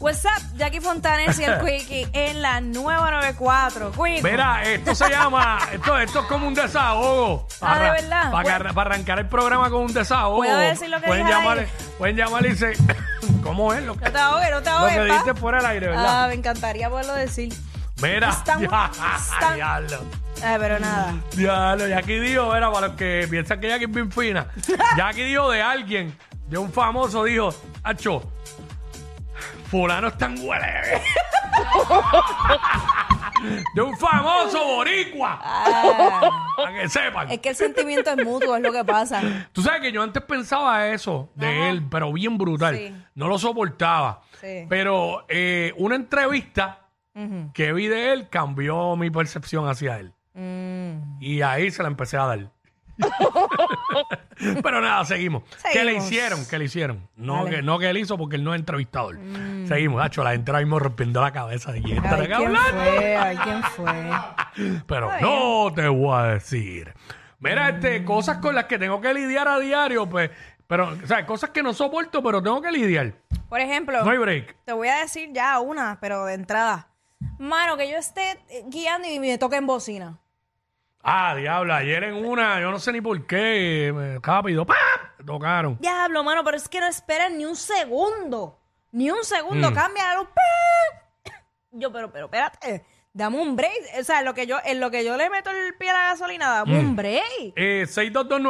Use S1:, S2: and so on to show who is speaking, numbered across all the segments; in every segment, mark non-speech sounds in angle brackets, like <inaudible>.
S1: What's up, Jackie Fontanes y
S2: <laughs>
S1: el Quickie en la nueva 94. Quickie.
S2: Mira, esto se llama, esto, esto es como un desahogo.
S1: Ah, ¿de
S2: Arra-
S1: verdad?
S2: Para,
S1: Bueno.
S2: para arrancar el programa con un desahogo.
S1: ¿Puedo decir lo que
S2: pueden
S1: dije al
S2: llamarle,
S1: aire?
S2: pueden llamarle y se, <coughs> ¿cómo es lo que,
S1: No te ahogues, no te
S2: lo que
S1: ahogues,
S2: dijiste
S1: pa.
S2: fuera del aire,
S1: Ah,
S2: verdad?
S1: me encantaría poderlo decir.
S2: Mira,
S1: estamos-
S2: <laughs> ya,
S1: estamos-
S2: diablo,
S1: Ah, pero nada.
S2: <laughs> diablo, Jackie dijo, era para los que piensan que Jackie es bien fina. Jackie dijo de alguien, de un famoso, dijo, Acho, fulano es tan huele. <laughs> de un famoso boricua,
S1: Ah,
S2: para que sepan.
S1: es que el sentimiento es mutuo, es lo que pasa.
S2: Tú sabes que yo antes pensaba eso de
S1: Ajá.
S2: él, pero bien brutal.
S1: Sí.
S2: No lo soportaba.
S1: Sí.
S2: Pero eh, una entrevista
S1: Ujú.
S2: que vi de él cambió mi percepción hacia él.
S1: Mm.
S2: Y ahí se la empecé a dar. <laughs> pero nada, seguimos. ¿Qué le
S1: Seguimos.
S2: hicieron? ¿Qué le hicieron?
S1: Dale.
S2: No
S1: Mm.
S2: que, no que él hizo porque él no es entrevistador. Seguimos, Hacho. La gente ahora mismo rompiendo la cabeza de quién estará
S1: Ay,
S2: acá
S1: ¿quién
S2: hablando?
S1: fue? Ay, ¿quién fue?
S2: Pero
S1: Está Mm.
S2: no te voy a decir. Mira, este, cosas con las que tengo que lidiar a diario, pues, pero, o sea, cosas que no soporto, pero tengo que lidiar.
S1: Por ejemplo,
S2: No hay break.
S1: te voy a decir ya una, pero de entrada. Mano, que yo esté eh, guiando y me toque en bocina.
S2: Ah, diablo, ayer en una, yo no sé ni por qué, me- rápido, ¡pam! Tocaron.
S1: Diablo, mano, pero es que no esperen ni un segundo. Ni un
S2: Mm.
S1: segundo, cambia la luz. ¡pam! <coughs> Yo, pero, pero, espérate. Dame un break. O sea, en lo que yo, en lo que yo le meto el pie a la gasolina, dame un break.
S2: Eh,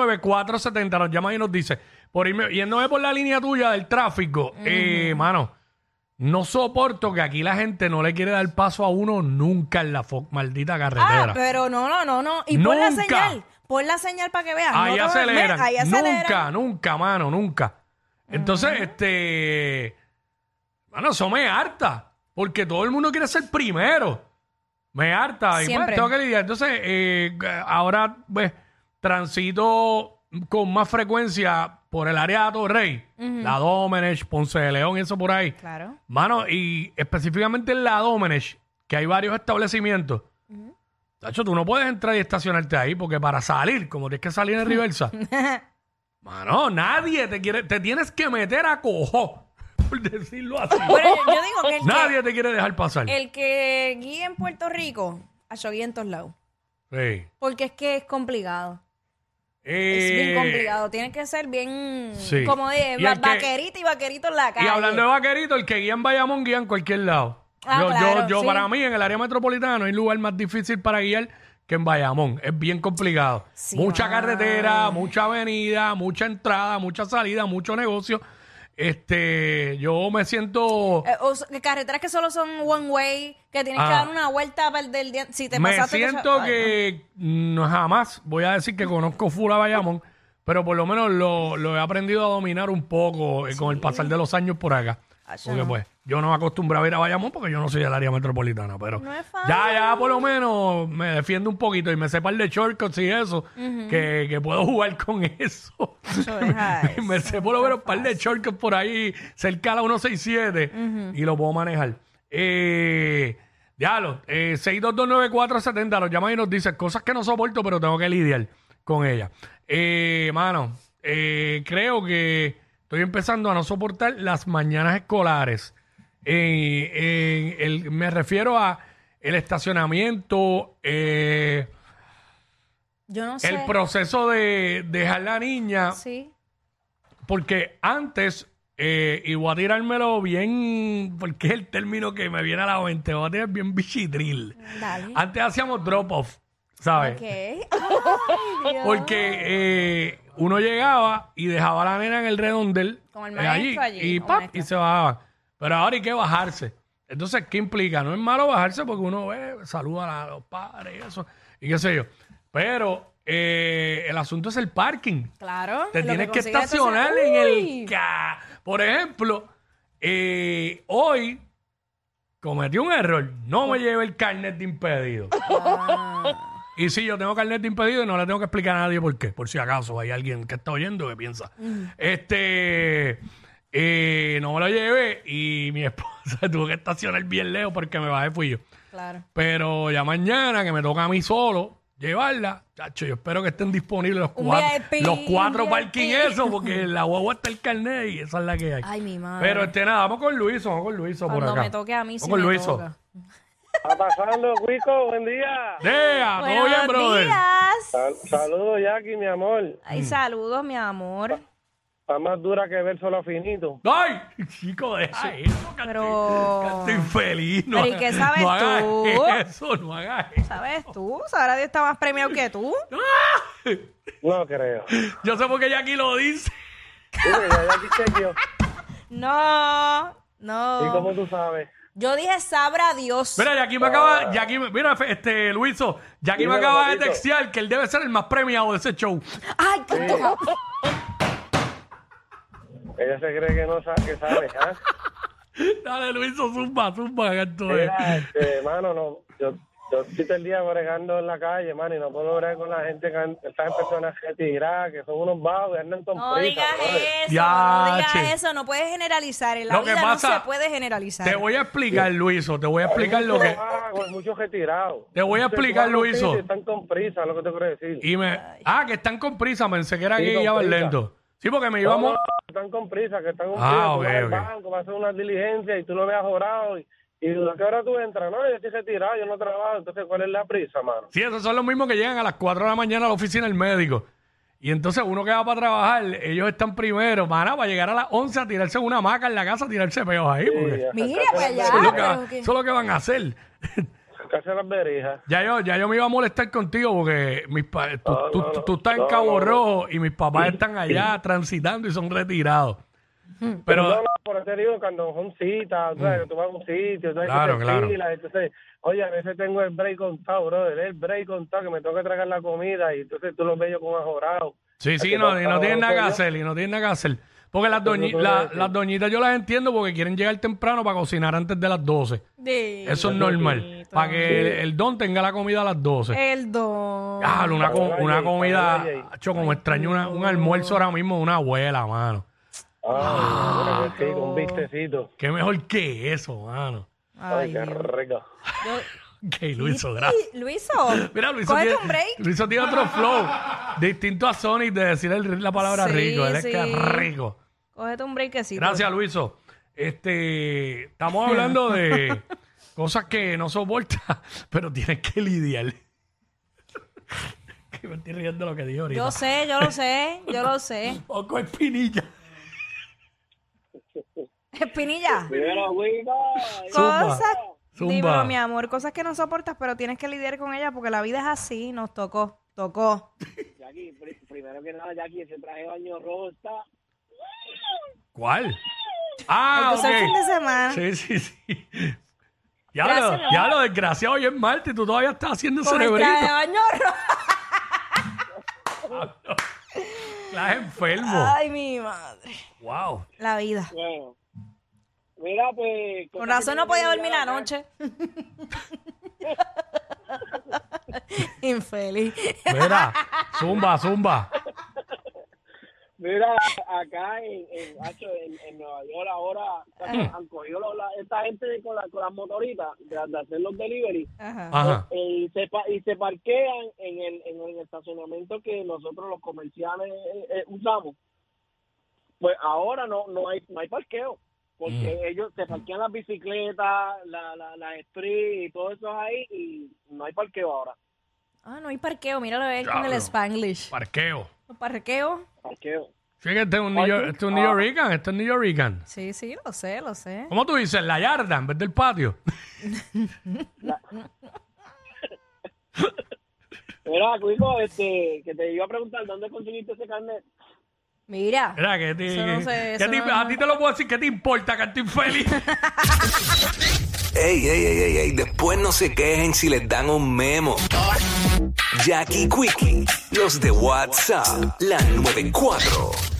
S2: 6229470 nos llama y nos dice, por irme, yéndome por la línea tuya del tráfico, eh, mano, no soporto que aquí la gente no le quiere dar paso a uno nunca en la fo- maldita carretera.
S1: Ah, pero no, no, no, no. Y pon la
S2: Nunca.
S1: señal. Pon la señal para que veas. No
S2: Ahí
S1: te-
S2: aceleran.
S1: Mira, ahí aceleran.
S2: Nunca, nunca, mano, nunca. Entonces, este. Mano, eso me harta. Porque todo el mundo quiere ser primero. Me harta. Y bueno,
S1: Siempre.
S2: tengo que lidiar. Entonces, eh, ahora, pues, transito con más frecuencia por el área de Torrey. La Domenech, Ponce de León, eso por ahí.
S1: Claro.
S2: Mano, y específicamente en la Domenech, que hay varios establecimientos. Tacho, tú no puedes entrar y estacionarte ahí porque para salir, como tienes que salir
S1: <laughs>
S2: en reversa, mano, nadie te quiere, te tienes que meter a cojo, por
S1: <laughs>
S2: decirlo así.
S1: Pero yo, yo digo que el,
S2: nadie te quiere dejar pasar.
S1: que el que guía en Puerto Rico, a guía en todos lados.
S2: Sí.
S1: Porque es que es complicado. Es
S2: Eh,
S1: bien complicado. Tiene que ser bien
S2: sí.
S1: como de
S2: Y
S1: va-
S2: el que-
S1: vaquerito y vaquerito en la
S2: Y
S1: calle.
S2: hablando de vaquerito, el que guía en Bayamón guía en cualquier lado.
S1: Ah,
S2: yo,
S1: claro,
S2: yo, yo
S1: sí.
S2: para mí, en el área metropolitana, no hay lugar más difícil para guiar que en Bayamón. Es bien complicado.
S1: Sí,
S2: mucha
S1: mano.
S2: carretera, mucha avenida, mucha entrada, mucha salida, mucho negocio. Este, yo me siento.
S1: Eh, o s- que carreteras que solo son one way, que tienes que
S2: Ah.
S1: dar una vuelta para el del día. Si te
S2: me
S1: pasaste te-
S2: siento
S1: Ay,
S2: que no, jamás voy a decir que conozco full a Bayamón, pero por lo menos lo, lo he aprendido a dominar un poco eh, con el pasar de los años por acá.
S1: Ah, ya
S2: Porque
S1: no.
S2: pues yo no me acostumbraba a ir a Bayamón porque yo no soy del área metropolitana, pero
S1: No es fácil.
S2: ya, ya por lo menos me defiendo un poquito y me sé par de shortcuts y eso, que, que puedo <laughs> jugar con eso.
S1: Eso
S2: <laughs>
S1: deja
S2: Me- me
S1: eso,
S2: sé por lo
S1: no
S2: menos
S1: es
S2: un par de shortcuts por ahí cerca a la 167 y lo puedo manejar. Eh, diablo, eh, 6229470 nos llama y nos dice cosas que no soporto, pero tengo que lidiar con ellas. Eh, mano, eh, creo que estoy empezando a no soportar las mañanas escolares. Eh, en el- me refiero a el estacionamiento, eh,
S1: Yo no sé.
S2: el proceso de dejar la niña
S1: Sí.
S2: porque antes, eh, y voy a tirármelo bien, porque es el término que me viene a la mente, voy a tirar bien bichitril.
S1: Dale.
S2: Antes hacíamos drop-off, ¿sabes? <laughs>
S1: Ok. Ay, Dios.
S2: Porque eh, uno llegaba y dejaba a la nena en el redondel.
S1: Con el
S2: eh,
S1: maestro allí,
S2: Y
S1: o
S2: pap,
S1: maestra.
S2: y se bajaban. Pero ahora hay que bajarse. Entonces, ¿qué implica? No es malo bajarse porque uno ve, saluda a los padres y eso, y qué sé yo. Pero eh, el asunto es el parking.
S1: Claro.
S2: Te
S1: lo
S2: tienes que
S1: consigues
S2: estacionar en
S1: Uy.
S2: el ca. Por ejemplo, eh, hoy cometí un error. No me llevé el carnet de impedido.
S1: Ah.
S2: Y sí, yo tengo carnet de impedido y no le tengo que explicar a nadie por qué. Por si acaso hay alguien que está oyendo que piensa. Este. eh, no me lo llevé y mi <laughs> esposa tuvo que estacionar bien lejos porque me bajé, fui yo.
S1: Claro.
S2: Pero ya mañana que me toca a mí solo, llevarla. Chacho, yo espero que estén disponibles los
S1: Un
S2: cuatro,
S1: VIP,
S2: los cuatro
S1: un
S2: parking
S1: VIP.
S2: esos, porque la guagua está el carnet y esa es la que hay.
S1: Ay, mi madre.
S2: Pero este nada, vamos con Luiso, vamos con Luiso por
S1: Cuando
S2: acá.
S1: me toque a mí,
S2: Vamos
S1: sí
S2: con
S1: me
S2: Luiso.
S1: toca.
S3: Está pasando, Cuico, buen día.
S2: Dea, todo bien,
S1: Buenos
S2: brother. Mm.
S1: días.
S3: Sal- Saludos, Jackie, mi amor.
S1: Ay, saludos, mi amor.
S3: Está más dura que ver solo a finito.
S2: Ay, <laughs> chico, deja eso, canto-
S1: Pero-
S2: canto infeliz. No,
S1: Pero, ¿y qué sabes
S2: no hagas
S1: tú?
S2: eso, no hagas eso. <laughs>
S1: ¿Sabes tú? Ahora Dios está más premiado que tú.
S2: ¡Ah!
S3: No creo.
S2: Yo sé por qué Jackie lo dice.
S3: Mire, ya Jackie chequeó.
S1: No,
S3: ¿Y
S1: no.
S3: cómo tú sabes?
S1: Yo dije, sabrá Dios.
S2: Mira, Jackie me acaba, Jackie, me- mira, fe- este, Luiso, Jackie me
S3: Ah. Dímelo,
S2: acaba de
S3: papito.
S2: textear que él debe ser el más premiado de ese show. <laughs>
S1: Ay, qué
S3: Ella se cree que no sabe, que sabe, ¿ah?
S2: Dale, Luiso, zumba, zumba, eh. canto de-
S3: Mira, este, mano, no, yo, yo estoy todo el día bregando en la calle, mano, y no puedo bregar con la gente, que han- estas personas retiradas, que son unos vagos y andan con
S1: No
S3: prisa,
S1: digas
S3: brother.
S1: eso, no
S2: Ya,
S1: digas
S2: che.
S1: eso, no puedes generalizar. En la
S2: Lo que
S1: vida
S2: pasa-
S1: no se puede generalizar.
S2: Te voy a explicar, Luiso, te voy a explicar lo
S3: Muchos
S2: que...
S3: vagos, muchos retirados.
S2: Te voy a
S3: Muchos
S2: explicar,
S3: vagos,
S2: Luiso.
S3: sí, sí, Están con prisa, lo que te quiero decir.
S2: Y me, ah, que están con prisa, pensé que era
S3: Sí,
S2: que
S3: con
S2: iban
S3: prisa.
S2: lento. Sí, porque me
S3: No,
S2: íbamos...
S3: no, están con prisa, que están con
S2: Ah,
S3: prisa. Tú
S2: ok,
S3: vas al
S2: ok.
S3: banco, vas a hacer una diligencia y tú lo veas jorado. Y, y ¿a qué hora tú entras? No, yo estoy retirado, yo no trabajo. Entonces, ¿cuál es la prisa, mano?
S2: Sí, esos son los mismos que llegan a las 4 de la mañana a la oficina del médico. Y entonces uno que va para trabajar, ellos están primero, maná, para llegar a las 11 a tirarse una maca en la casa, a tirarse peos ahí. porque
S3: Sí, ah,
S1: Mira pues.
S3: acá
S1: para
S3: se-
S1: allá.
S2: eso, es lo que,
S1: pero
S2: va-
S1: que-
S2: eso es lo que van a hacer.
S3: acá se las berijas.
S2: ya, yo, ya yo me iba a molestar contigo porque mis pa- tú,
S3: No,
S2: tú-
S3: no, no.
S2: tú estás en
S3: No,
S2: Cabo
S3: no, no.
S2: Rojo y mis papás están allá transitando y son retirados.
S3: No,
S2: Pero Mm.
S3: no, por eso te digo, cuando son citas, o sea, que tú vas a un sitio, entonces
S2: Claro,
S3: te
S2: claro.
S3: filas, entonces, oye, a veces tengo el break contado, brother, el break contado, que me tengo que tragar la comida, y entonces tú los ves yo como ajorado.
S2: Sí, sí,
S3: que
S2: no,
S3: para-
S2: y
S3: para
S2: no tienen
S3: los
S2: nada que
S3: sueños.
S2: hacer, y no tienen nada que hacer. Porque las,
S3: Eso es lo
S2: doñi-
S3: que voy a
S2: la-
S3: decir.
S2: las doñitas yo las entiendo porque quieren llegar temprano para cocinar antes de las 12.
S1: Sí.
S2: Eso es normal. Para que el, el don tenga la comida a las 12.
S1: El don.
S2: Ah, una, co-
S3: Oye,
S2: una
S3: oye.
S2: comida, hecho como extraño una- un almuerzo ahora mismo de una abuela, mano.
S3: Ah, bueno, que sí, con un bistecito.
S2: Qué mejor que eso, mano.
S3: Ay,
S1: Ay,
S3: qué
S1: Dios.
S3: rico.
S2: <laughs>
S1: Yo-
S2: Ok, Luiso, gracias.
S1: Y- Luiso,
S2: Mira, Luiso
S1: cógete
S2: tiene,
S1: un break.
S2: Luiso tiene
S1: <laughs>
S2: otro flow distinto a Sonic de decir el- la palabra
S1: Sí,
S2: rico. Él es que
S1: sí.
S2: rico.
S1: Cógete un breakcito.
S2: Gracias, Luiso. Este, estamos hablando
S1: <laughs>
S2: de cosas que no soporta, <laughs> pero tienes que lidiar. <laughs> que me estoy riendo de lo que dije ahorita.
S1: Yo sé, yo lo sé, yo lo
S2: <laughs>
S1: sé.
S2: Poco espinilla.
S1: Espinilla,
S3: Primero,
S2: Zumba,
S1: cosas.
S2: zumba.
S1: Dímelo, mi amor, cosas que no soportas, pero tienes que lidiar con ellas porque la vida es así. Nos tocó, tocó.
S3: Jackie, pri- primero que nada, Jackie, ese traje de baño rojo está.
S2: ¿Cuál? Ah,
S1: Entonces, el fin de
S2: ok.
S1: semana.
S2: Sí, sí, sí. Ya lo, ya lo desgraciado, hoy es martes y tú todavía estás haciendo
S1: Con el traje de
S2: cerebrito.
S1: baño rojo.
S2: <laughs> Estás enfermo.
S1: Ay, mi madre.
S2: Wow.
S1: La vida.
S3: Bueno. Mira, pues.
S1: Con razón no podía dormir la
S2: <laughs>
S1: noche. Infeliz.
S2: Mira, zumba, zumba.
S3: Mira, acá en, en, hacho, en- en Nueva York ahora
S1: Ah.
S3: han- han cogido los- la- esta gente de- con, la- con las motoritas de, de hacer los delivery
S1: Ajá.
S2: Ajá.
S3: eh, y, se, pa- y se parquean en el, en el estacionamiento que nosotros los comerciales eh, eh, usamos. Pues ahora no no hay no hay parqueo porque ellos se parquean las bicicletas, la- la- las street y todo eso ahí y no hay parqueo ahora.
S1: Ah, no hay parqueo. Míralo a él con el
S2: Diablo.
S1: Spanglish.
S2: Parqueo.
S1: ¿Parqueo?
S3: Parqueo.
S2: Sí, que este es un New York, este es un New
S1: ah.
S2: Yorkican, este es New Yorkican.
S1: Sí, sí, lo sé, lo sé.
S2: ¿Cómo tú dices? La yarda en vez del patio.
S3: Mira, Cuico, este, que te iba a preguntar dónde conseguiste ese carnet.
S1: Mira.
S2: Mira, que te-
S1: Eso no sé,
S2: que
S1: eso
S2: te-
S1: no-
S2: a ti te lo puedo decir, ¿qué te importa, canto infeliz?
S4: Ey, ey, ey, ey, ey, después no se quejen si les dan un memo. Jackie Quickie, los de WhatsApp, la 94.